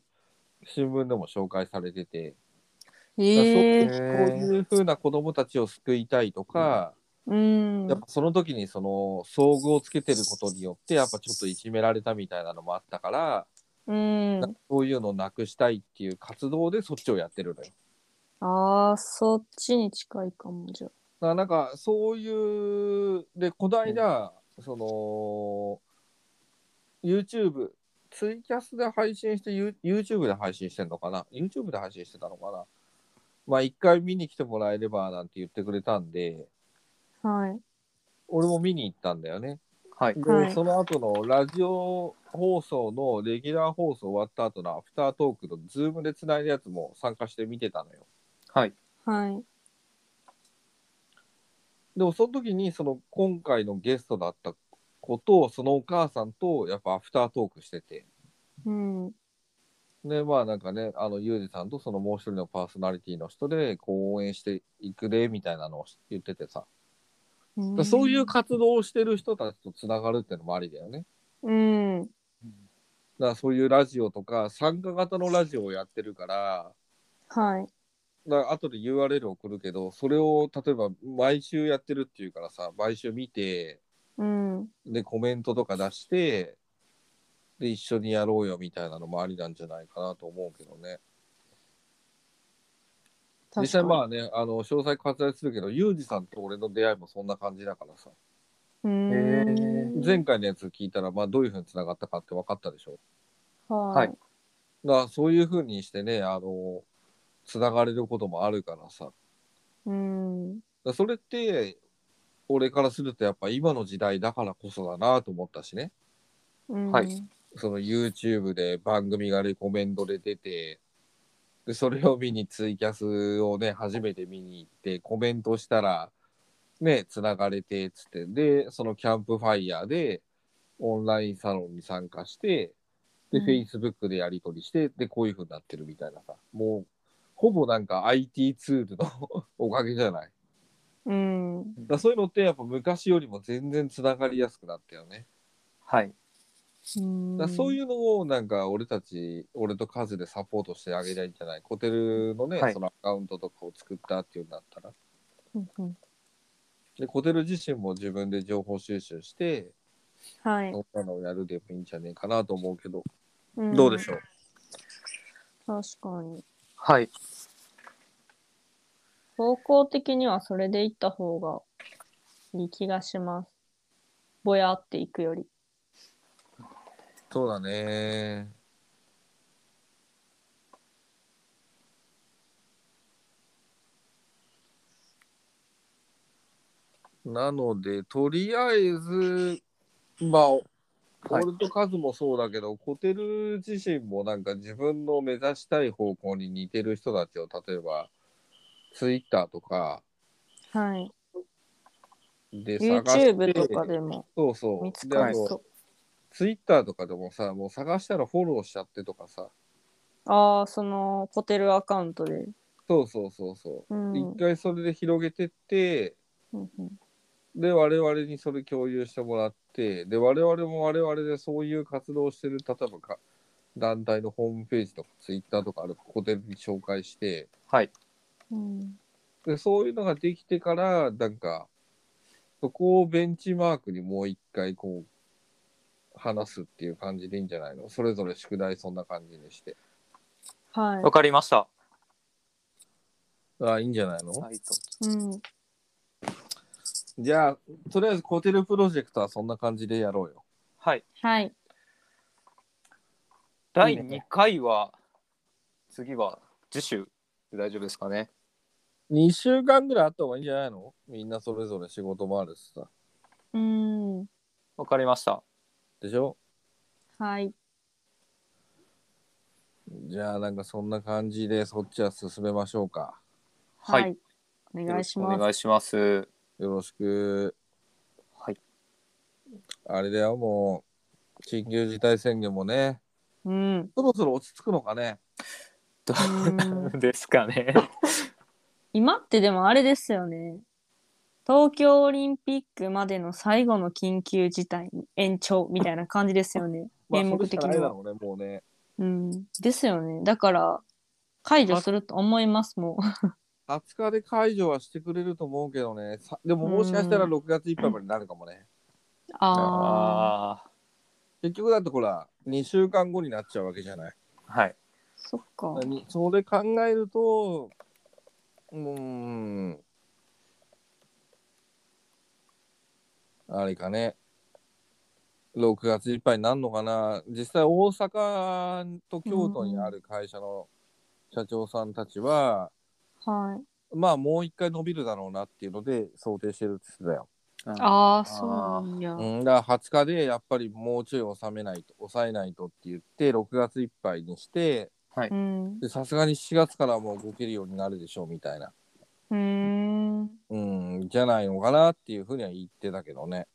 新聞でも紹介されてて、だからそう
へえ。
こういう風な子供たちを救いたいとか、
うん。
やっぱその時にその装具をつけてることによって、やっぱちょっといじめられたみたいなのもあったから、
うん。
そういうのをなくしたいっていう活動でそっちをやってるのよ。
ああ、そっちに近いかも、じゃあ。
だからなんかそういうでこの間、その YouTube ツイキャスで配信してユー YouTube で配信してんのかな YouTube で配信してたのかなまあ一回見に来てもらえればなんて言ってくれたんで
はい。
俺も見に行ったんだよね
はい。
で、
はい
その後のラジオ放送のレギュラー放送終わった後のアフタートークの Zoom でつないだやつも参加して見てたのよ
はい。
はい。
でもその時にその今回のゲストだった子とそのお母さんとやっぱアフタートークしてて
うん。
でまあなんかねあのユージさんとそのもう一人のパーソナリティの人でこう応援していくでみたいなのを言っててさ、だからそういう活動をしてる人たちとつながるってのもありだよね
うん。
だからそういうラジオとか参加型のラジオをやってるから
はい。
だから後で URL 送るけどそれを例えば毎週やってるっていうからさ毎週見て
うん。
でコメントとか出してで一緒にやろうよみたいなのもありなんじゃないかなと思うけどね実際まあねあの詳細割愛するけどユージさんと俺の出会いもそんな感じだからさ
あ、
へ
うん。
前回のやつ聞いたらまあどういうふうにつながったかって分かったでしょ
は
はいい。
だからそういうふうにしてねあのつながれることもあるからさだか
うん。
らそれって俺からするとやっぱ今の時代だからこそだなと思ったしね
うん
はい。
その YouTube で番組がレコメンドで出て、で、それを見にツイキャスをね、初めて見に行って、コメントしたら、ね、つながれて、つって、で、そのキャンプファイヤーで、オンラインサロンに参加して、で、
うん
Facebook でやり取りして、で、こういう風になってるみたいなさ、もう、ほぼなんか IT ツールの *laughs* おかげじゃない。
うん。
だからそういうのってやっぱ昔よりも全然つながりやすくなったよね。
はい。
うん
だからそういうのをなんか俺たち、俺とカズでサポートしてあげりゃいいんじゃないコテルのね、
はい
そのアカウントとかを作ったっていうんだったら。
うんうん。
で、コテル自身も自分で情報収集して、
はい。
そんなのをやるでもいいんじゃねえかなと思うけど、
ん
どうでしょう
確かに。
はい。
方向的にはそれでいった方がいい気がします。ぼやっていくより。
そうだね。なので、とりあえず、まあ、ポ
はい
ルトカズもそうだけど、コテル自身もなんか自分の目指したい方向に似てる人たちを、例えば、ツイッターとか
はい。
で探して
YouTube とかでも
そうそう。
見つかり
であの
そ
ツイッターとかでもさ、もう探したらフォローしちゃってとかさ、
う。ああ、その、ホテルアカウントで。
そうそうそうそうう。
ん。
一回それで広げてって、
うんうん
で、我々にそれ共有してもらって、で、我々も我々でそういう活動をしてる、例えばか団体のホームページとかツイッターとかあるホテルに紹介して、
はい。
うん
で、そういうのができてから、なんか、そこをベンチマークにもう一回こう、話すっていう感じでいいんじゃないのそれぞれ宿題そんな感じにして。
は
わかりました。
あ、いいんじゃないの
はいと
い。うん。
じゃあ、とりあえずコテルプロジェクトはそんな感じでやろうよ。
はい。
はい。
第2回は、次は次週で大丈夫ですかね。
2週間ぐらいあった方がいいんじゃないのみんなそれぞれ仕事もあるしさ。
うん。
わかりました。
でしょ
はい。
じゃあ、なんかそんな感じでそっちは進めましょうか。
はい
はい。お願いし
よろくお
ま
願いします。
よろしく。
はい。
あれだよ、もう、緊急事態宣言もね、
す。うん。
そろそろ落ち着くのかね。
ど
う
うんですかね。
今ってでもあれですよね。東京オリンピックまでの最後の緊急事態延長みたいな感じですよね。
まあ、
名
そ
目
れし
的
かない
に
だ
は。
ろうね、もうね。
うん。ですよね。だから、解除すると思います、もう。
20日で解除はしてくれると思うけどね。さでも、もしかしたら6月いっぱいまでになるかもね。
ああ。
あ
結局だってほら、2週間後になっちゃうわけじゃない。
あ。はい。
そっか。
にそれ考えると、うーん、あれかね、6月いっぱいになるのかな、実際大阪と京都にある会社の社長さんたちは、
はい。
まあもう一回伸びるだろうなっていうので想定してるって言ってたよ。
ああ、そうなんや。
うん、だから20日でやっぱりもうちょい収めないと、抑えないとって言って、6月いっぱいにして、
うん。う
でさすがに7月からはもう動けるようになるでしょうみたいな。
ーん。
うん、じゃないのかなっていうふうには言ってたけどね。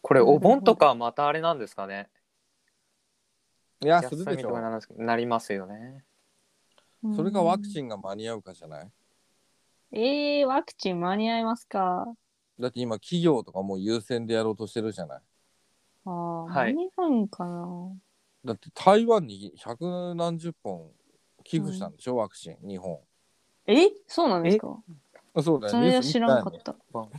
これお盆とかまたあれなんですかね。
いや、するでし
休みとか
ょ。
なんですけどなりますよね。
それがワクチ
ン。
ンが間に合うかじゃない
ええー、ワクチン間に合いますか
だって今、企業とかもう優先でやろうとしてるじゃない
ああ、
はい
間に合うんかな
だって台湾に百何十本寄付したんでしょ、ワクチン、日本。
えそうなんですか
あそうだ
そ
よ
れ
ね。
は知らんかっ
た
た
よ。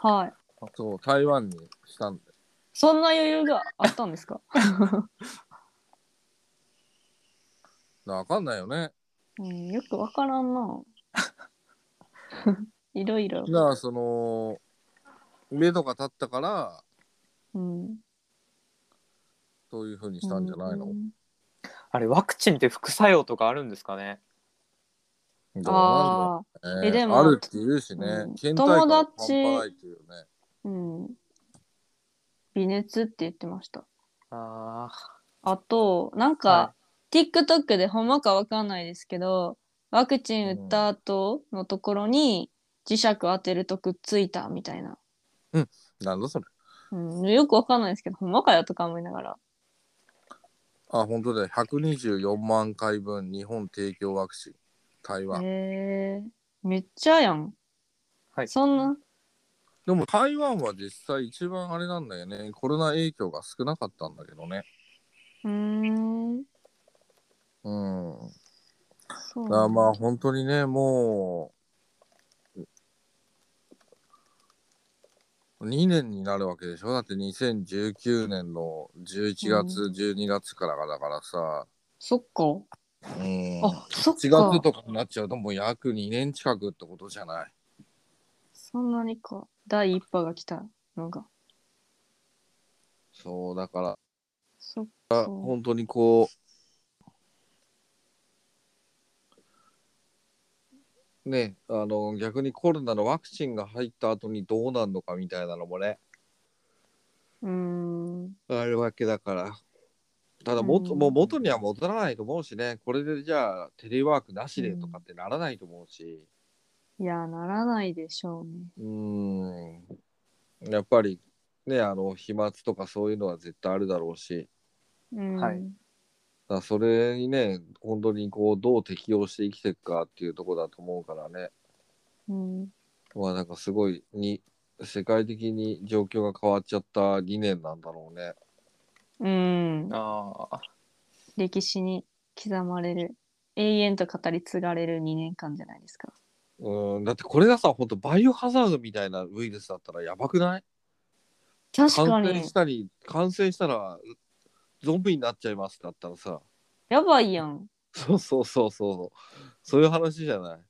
はい。
そう、台湾にしたんだよ。
そんな余裕があったんです *laughs* か
わかんないよね。
うん、よくわからん *laughs* な。いろいろ。
だから、その、目処が立ったから、
うん。
そういうふうにしたんじゃないの、
うん
あれワクチンって副作用とかあるんですかね。
どう
ああ、
なんだろう
え
ね
でも
あるって言うしね。
うん
倦怠感
友
半
達
端ないっていうね。
うん。微熱って言ってました。
あ
あと、なんか、
は
TikTok でほんまかわかんないですけど、ワクチン打った後のところに磁石当てるとくっついたみたいな。
なんだそれ
うん、よくわかんないですけど、ほんまかよとか思いながら。
あ、本当だよ。124万回分、日本提供ワクチン、台湾。
へえめっちゃやん。
はい
そんな、
でも台湾は実際一番あれなんだよね。コロナ影響が少なかったんだけどね。
うーん。
うん。
そうな
だから
ん
ま
だ
あ本当にね、もう、2年になるわけでしょだって2019年の11月、
う
12月からがだからさ、
そっか。
うん。
あ、そっ
4
か
月。とかになっちゃうともう約2年近くってことじゃない
そんなにか。第一波が来たのが。
そう、だから、
そっ
あ
か。
本当にこね、あの逆にコロナのワクチンが入った後にどうなるのかみたいなのもね、
うーん。
あるわけだから。ただ元、
うん
もう元には戻らないと思うしね、これでじゃあテレワークなしでとかってならないと思うし、
いや、ならないでしょうね。
うーん、やっぱりね、あの、飛沫とかそういうのは絶対あるだろうし、
うん、
はい
だからそれにね、本当にこう、どう適応して生きていくかっていうところだと思うからね、
うん。
まあなんかすごいに、世界的に状況が変わっちゃった2年なんだろうね。
うん。
ああ、
歴史に刻まれる。永遠と語り継がれる2年間じゃないですか。
うん、だってこれがさ、本当バイオハザードみたいなウイルスだったらやばくない
確か
感染
に
し。たり、感染したらゾンビになっちゃいますだったらさ、 *laughs*
やばいやん。
そうそうそうそう、そういう話じゃない。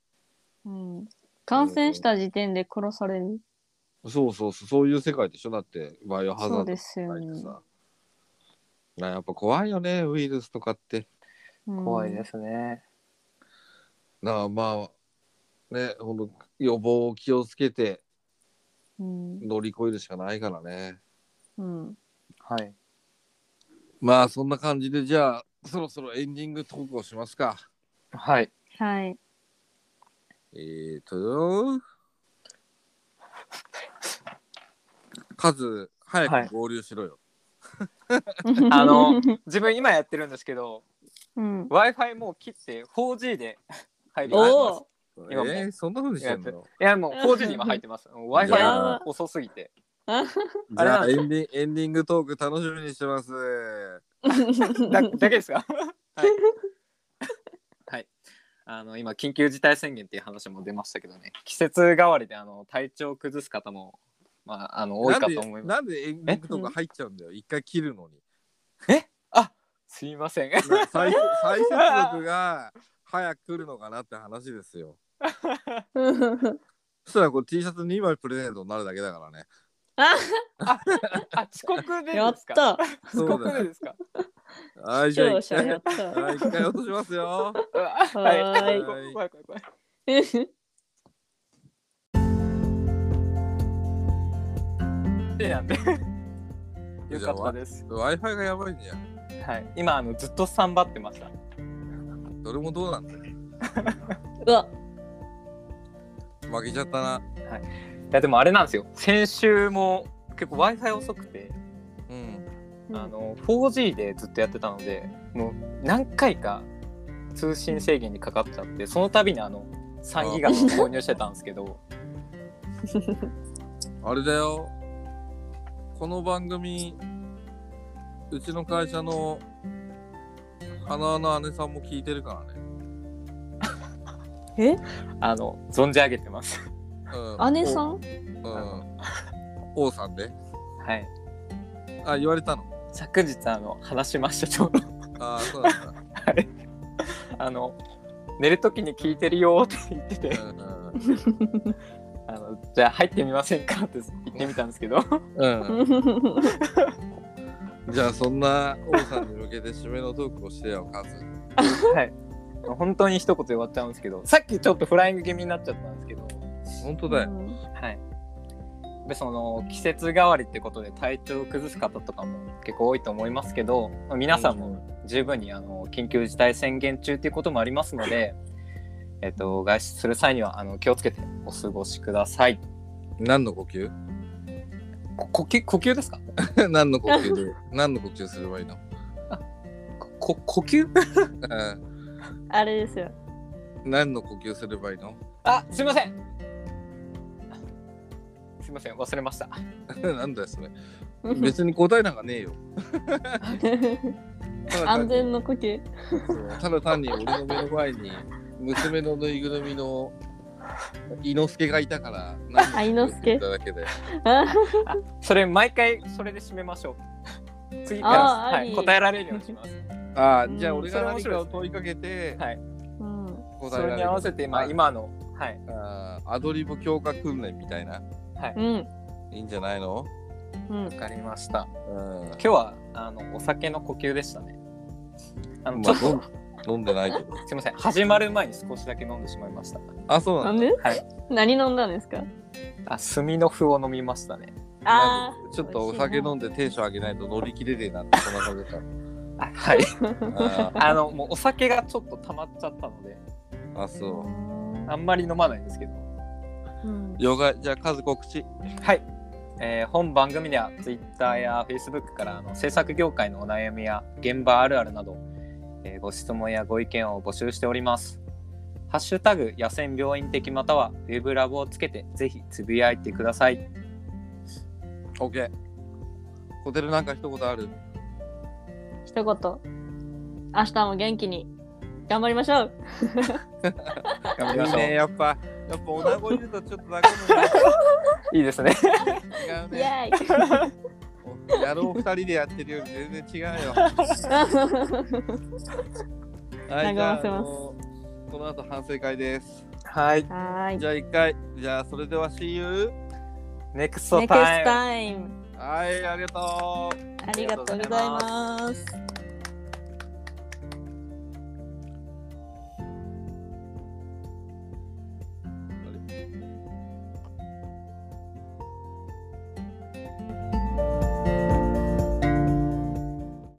うん。感染した時点で殺される。
そうそうそう、そういう世界でしょだって、バイオハザー
そ
ド
う
と
で
か
すよね。
さ。なやっぱ怖いよね、ウイルスとかって。
うん
怖いで。すね。
なあまあ、ね、ほんと予防を気をつけて
うん。
乗り越えるしかないからね。
うん。
はい。
まあそんな感じで、じゃあそろそろエンディングトークをしますか。
*laughs*
はい。
*laughs*
はい。
えーと、カズ、早
はい
く合流しろよ。
あの自分今やってるんですけど、
*laughs* うん。
Wi-Fi もう切って 4G で *laughs* 入りま
お
す
お。
いや
えーそんなふうにしてんの
いやもう 4G に今入ってます。もう
いや
Wi-Fi
ば
遅すぎて。
じゃ
あ
あ
れ
エンディンエンディングトーク楽しみにしてます。
*laughs*
だだけですか *laughs* はい。はい。あの今緊急事態宣言っていう話も出ましたけどね季節代わりであの体調を崩す方も、まあ、あの多いかと思います
なんでなんでエンディングトーク入っちゃうんだよ。一回切るのに。
あすいません
な再再接続が早く来るのかなって話ですよ。そしたらこれ T シャツ2枚プレゼントになるだけだか
*laughs*
らね。
あ遅刻で
や
で
っ
すか
た。
遅
そう
刻
だ
で
よ。
ですか
はい、じゃあ
勝
一
者
回、
やった。
はい、一回落としますよ。
うわはい
はーい
怖い怖い怖い怖い手なんでよかったです。
Wi-Fi がやばいんじゃん。
はい、今あのずっとスタンバってました。
どれもどうなんだよ。
*laughs* うわ。
負けちゃったな。
いやでもあれなんですよ。先週も結構 Wi-Fi 遅くて、
うん。
あの 4G でずっとやってたので、もう何回か通信制限にかかっちゃって、その度にあの3ギガの購入してたんですけ
*laughs*
ど、
あれだよ。この番組、うちの会社の花の姉さんも聞いてるからね。
え、
あの存じ上げてます。
うん、
姉さん。
んうん。王さんで。
はい。
あ、言われたの。
昨日あの話しましたちょうど *laughs*
あそうなんだ。
あの寝るときに聞いてるよって言ってて、
う
あのじゃあ入ってみませんかって言ってみたんですけ
*laughs*
ど。
ん
*laughs*
うん。じゃあそんな王さんに向けて締めのトークをしてよ、カズ。
はい。本当に一言で終わっちゃうんですけど、さっきちょっとフライング気味になっちゃったんですけど、
本当だよ。
はい。で、その季節代わりってことで体調を崩す方とかも結構多いと思いますけど、まあ皆さんも十分にあの緊急事態宣言中っていうこともありますので、えっと外出する際にはあの気をつけてお過ごしください。
何の呼吸 *laughs*
こ呼吸呼吸ですか？
何の呼吸で何の呼吸すればいいの、 *laughs*
こ呼吸？ *laughs*
うん、
あれですよ。
何の呼吸すればいいの *laughs*
あ、すいません。すいません、忘れました。
なんだよそれ。別に答えなんかねえよ。ただ単
安
に
全の呼吸。
ただ単に俺の目の前に娘のぬいぐるみの伊之助がい
*laughs*
たから
あ伊之助
いただけで
それ毎回それで締めましょう。
*laughs*
次か
あ
ら、
ー
は
あ
い、
り
答えられるようにします。
ああ
うん
じゃあ俺が
それ面
何
白い
かを問いかけて
はい。
うん。
答
そ
えられ
れ
る
に合わせて、まあ、
あ
今の、はい、
あーアドリブ強化訓練みたいな
はい、
う
わ
ん。
いいんじゃないの
うん。
かりました。
うん
今日は、あの、お酒の呼吸でしたね。あの、
ま
ちょ
あ
っと、
飲んでないけど。
すいません始まる前に少しだけ飲んでしまいました
あ、そう
な
な
んん
だ。
で、
はい
何飲んだんですか
あ炭の符を飲みましたね
あー
ちょっとお酒飲んでテンション上げないと乗り切れねえなって、そんな感じだっ
あはい
た。あー
あのもうお酒がちょっと溜まっちゃったので
あ、そう。
あんまり飲まないんですけど
うん
よが、じゃあ、数告知。
はい、えー本番組では Twitter や Facebook からあの制作業界のお悩みや現場あるあるなど、えーご質問やご意見を募集しております。ハッシュタグ野戦病院的またはウェブラボをつけてぜひつぶやいてください。
オッケー。ホテルなんか一言ある。
一言明日も元気に頑張りましょう
頑張
い
りまし
い
ょう。
ね、やっぱ、やっぱ、女子いると、ちょっと泣くのね
いいです *laughs* ね。
違う
イ
ね。
エ
*laughs* やろう二人でやってるより全然違うよ。
*laughs*
ーイ
は
眺
い、じゃあ
ませます
あのこの後反省会です。
はい。
はーい
じゃあ一回、じゃあそれでは See you!
NEXT time!
Next time
はい、ありがとう
ありがとうございます